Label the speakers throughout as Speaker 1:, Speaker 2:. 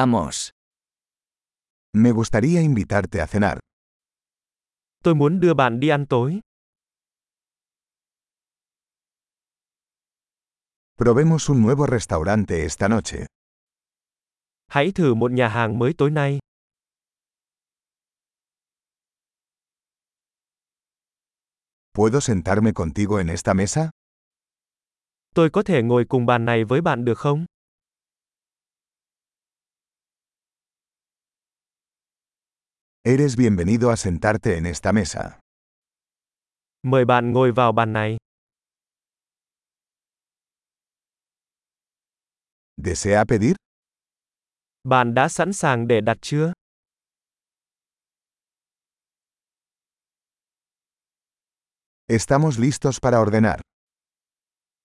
Speaker 1: Vamos.
Speaker 2: Me gustaría invitarte a cenar.
Speaker 3: Tôi muốn đưa bạn đi ăn tối.
Speaker 2: Probemos un nuevo restaurante esta noche.
Speaker 3: Hãy thử một nhà hàng mới tối nay.
Speaker 2: ¿Puedo sentarme contigo en esta mesa?
Speaker 3: Tôi có thể ngồi cùng bàn này với bạn được không?
Speaker 2: Eres bienvenido a sentarte en esta mesa.
Speaker 3: Mời bạn ngồi vào bàn này.
Speaker 2: ¿Desea pedir?
Speaker 3: Bạn đã sẵn sàng để đặt chưa?
Speaker 2: Estamos listos para ordenar.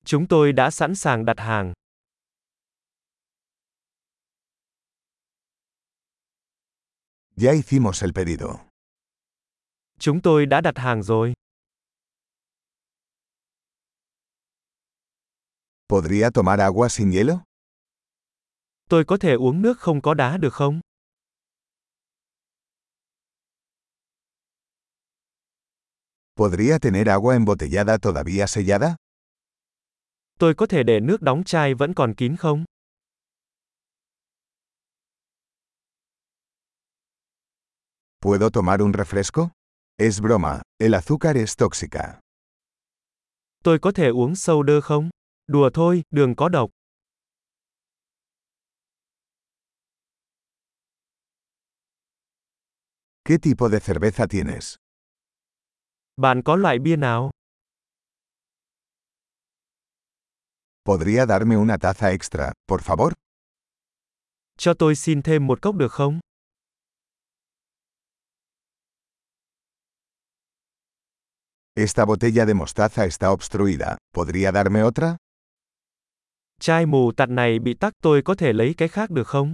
Speaker 3: Chúng tôi đã sẵn sàng đặt hàng.
Speaker 2: Ya hicimos el pedido.
Speaker 3: Chúng tôi đã đặt hàng rồi.
Speaker 2: ¿Podría tomar agua sin hielo?
Speaker 3: Tôi có thể uống nước không có đá được không?
Speaker 2: ¿Podría tener agua embotellada todavía sellada?
Speaker 3: Tôi có thể để nước đóng chai vẫn còn kín không?
Speaker 2: ¿Puedo tomar un refresco? Es broma, el azúcar es tóxica.
Speaker 3: Tôi có thể uống sâu đơ không? Đùa thôi, đường có độc.
Speaker 2: ¿Qué tipo de cerveza tienes?
Speaker 3: Bạn có loại bia nào?
Speaker 2: ¿Podría darme una taza extra, por favor?
Speaker 3: Cho tôi xin thêm một cốc được không?
Speaker 2: Esta botella de mostaza está obstruida. ¿Podría darme otra?
Speaker 3: Chai mù tạt này bị tắc, tôi có thể lấy cái khác được không?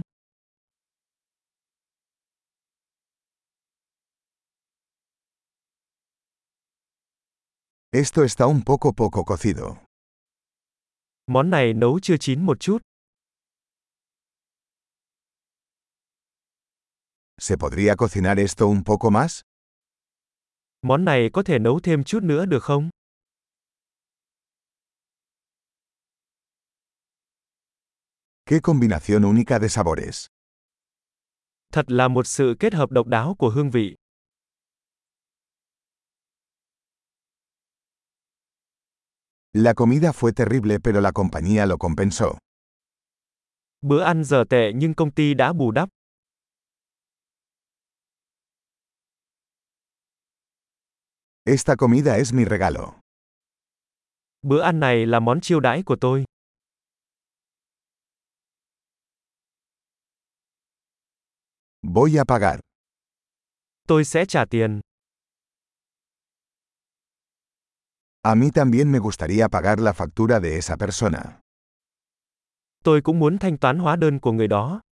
Speaker 2: Esto está un poco poco cocido.
Speaker 3: Món này nấu chưa chín một chút,
Speaker 2: ¿Se podría cocinar esto un poco más?
Speaker 3: món này có thể nấu thêm chút nữa được không?
Speaker 2: ¡Qué combinación única de sabores!
Speaker 3: Thật là một sự kết hợp độc đáo của hương vị.
Speaker 2: La comida fue terrible pero la compañía lo compensó.
Speaker 3: Bữa ăn giờ tệ nhưng công ty đã bù đắp.
Speaker 2: Esta comida es mi regalo.
Speaker 3: Bữa ăn này là món chiêu đãi của tôi.
Speaker 2: Voy a pagar.
Speaker 3: Tôi sẽ trả tiền.
Speaker 2: A mí también me gustaría pagar la factura de esa persona.
Speaker 3: Tôi cũng muốn thanh toán hóa đơn của người đó.